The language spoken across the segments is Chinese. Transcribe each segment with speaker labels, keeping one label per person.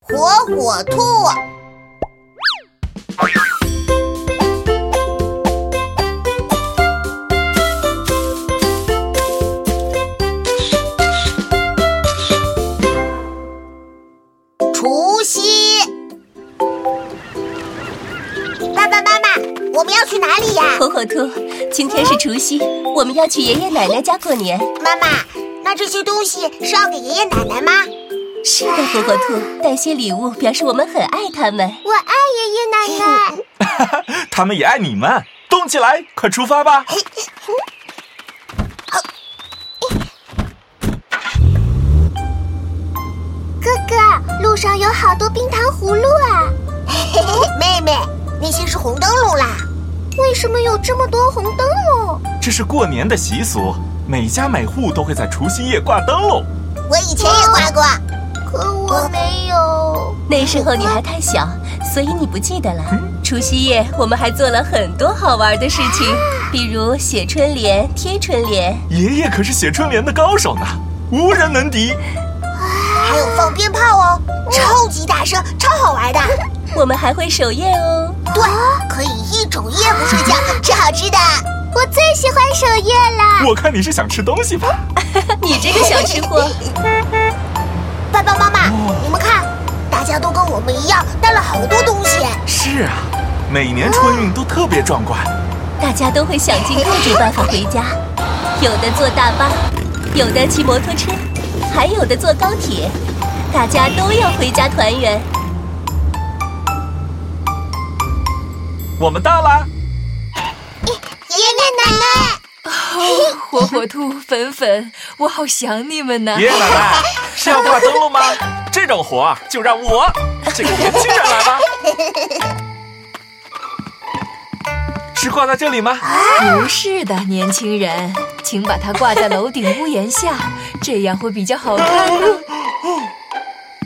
Speaker 1: 火火兔。除夕，爸爸妈妈，我们要去哪 里呀？
Speaker 2: 火火兔，今天是除夕，我们要去爷爷奶奶家过年。
Speaker 1: 妈妈，那这些东西是要给爷爷奶奶吗？
Speaker 2: 是的，火火兔，带些礼物表示我们很爱他们。
Speaker 3: 我爱爷爷奶奶。
Speaker 4: 他们也爱你们，动起来，快出发吧！
Speaker 3: 哥哥，路上有好多冰糖葫芦啊，
Speaker 1: 嘿嘿嘿， 妹妹，那些是红灯笼啦。
Speaker 3: 为什么有这么多红灯哦笼？
Speaker 4: 这是过年的习俗，每家每户都会在除夕夜挂灯笼。
Speaker 1: 我以前也挂过。
Speaker 3: 可我没有。
Speaker 2: 那时候你还太小，所以你不记得了。除夕夜我们还做了很多好玩的事情，比如写春联、贴春联。
Speaker 4: 爷爷可是写春联的高手呢，无人能敌。
Speaker 1: 还有放鞭炮哦，超级大声，超好玩
Speaker 3: 啊
Speaker 1: 的。
Speaker 2: 我们还会守夜哦。
Speaker 1: 对，可以一整夜不睡觉，吃好吃的。
Speaker 3: 啊我最喜欢守夜了。
Speaker 4: 我看你是想吃东西吧？
Speaker 2: 你这个小吃货，
Speaker 1: 爸爸妈妈，你们看，大家都跟我们一样带了好多东西。
Speaker 4: 是啊，每年春运都特别壮观。
Speaker 2: 大家都会想尽各种办法回家，有的坐大巴，有的骑摩托车，还有的坐高铁。大家都要回家团圆。
Speaker 4: 我们到啦！
Speaker 1: 爷爷奶奶。
Speaker 5: 火火兔、粉粉，我好想你们呐！
Speaker 4: 爷爷奶奶是要挂灯笼吗？这种活儿就让我这个年轻人来吧。是挂在这里吗？
Speaker 5: 不是的，年轻人，请把它挂在楼顶屋檐下，这样会比较好看哦。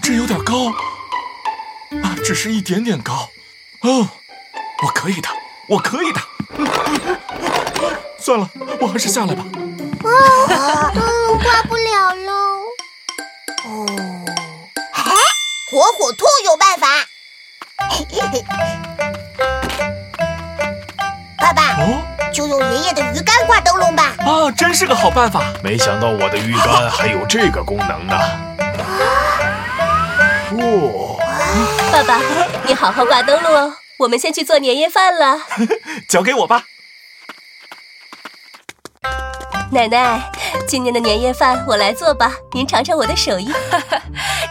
Speaker 4: 这有点高，啊，只是一点点高。哦，我可以的，我可以的。算了，我还是下来吧。
Speaker 1: 哦
Speaker 3: 嗯，挂不了喽。
Speaker 1: 哎火火兔有办法。 爸爸，
Speaker 4: 哦，
Speaker 1: 就用爷爷的鱼竿挂灯笼吧。
Speaker 4: 啊，真是个好办法。
Speaker 6: 没想到我的浴缸还有这个功能呢。哦，
Speaker 2: 爸爸，你好好挂灯笼哦，我们先去做年夜饭了。
Speaker 4: 交给我吧。
Speaker 2: 奶奶，今年的年夜饭我来做吧，您尝尝我的手艺。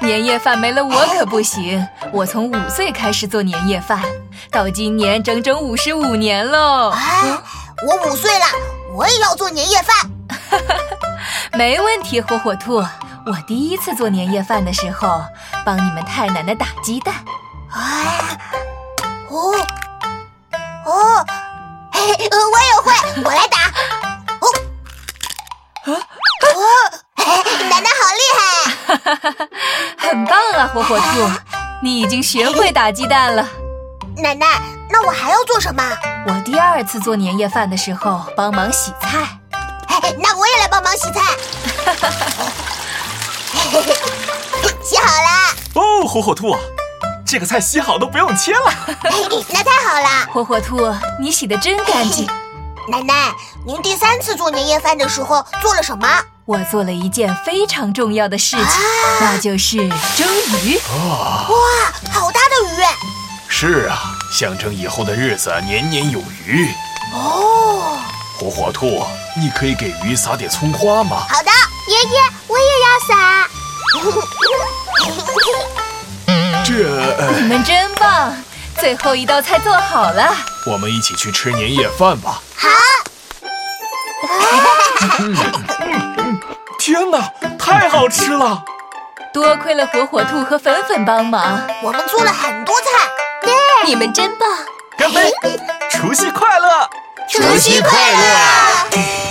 Speaker 5: 年夜饭没了我可不行，我从五岁开始做年夜饭，到今年整整五十五年喽。
Speaker 1: 啊，我五岁了，我也要做年夜饭。
Speaker 5: 没问题，火火兔。我第一次做年夜饭的时候，帮你们太奶奶打鸡蛋。
Speaker 1: 啊，哦，哦，嘿嘿呃我也会，我来打。哦，哦，嘿奶奶好厉害。
Speaker 5: 很棒啊，火火兔，你已经学会打鸡蛋了。
Speaker 1: 奶奶，那我还要做什么？
Speaker 5: 我第二次做年夜饭的时候，帮忙洗菜。
Speaker 1: 嘿嘿哎那我也来帮忙洗菜。嘿嘿嘿洗好了，
Speaker 4: 哦，火火兔，这个菜洗好都不用切了。
Speaker 1: 嘿嘿哎那太好了。
Speaker 5: 火火兔，你洗的真干净。
Speaker 1: 奶奶，您第三次做年夜饭的时候做了什么？
Speaker 5: 我做了一件非常重要的事情，
Speaker 3: 啊
Speaker 5: 那就是蒸鱼。
Speaker 1: 好大的鱼！
Speaker 6: 是啊，象征以后的日子年年有余。
Speaker 1: 哦，
Speaker 6: 火火兔，你可以给鱼撒点葱花吗？
Speaker 1: 好的，
Speaker 3: 爷爷，我也要撒。
Speaker 6: 这、呃
Speaker 5: 你们真棒！最后一道菜做好了，
Speaker 6: 我们一起去吃年夜饭吧。
Speaker 4: 天哪，太好吃了！
Speaker 5: 多亏了火火兔和粉粉帮忙。
Speaker 1: 我们做了很 多菜。
Speaker 2: 你们真棒！
Speaker 4: 哎干杯！除夕快乐！
Speaker 1: 除夕快乐！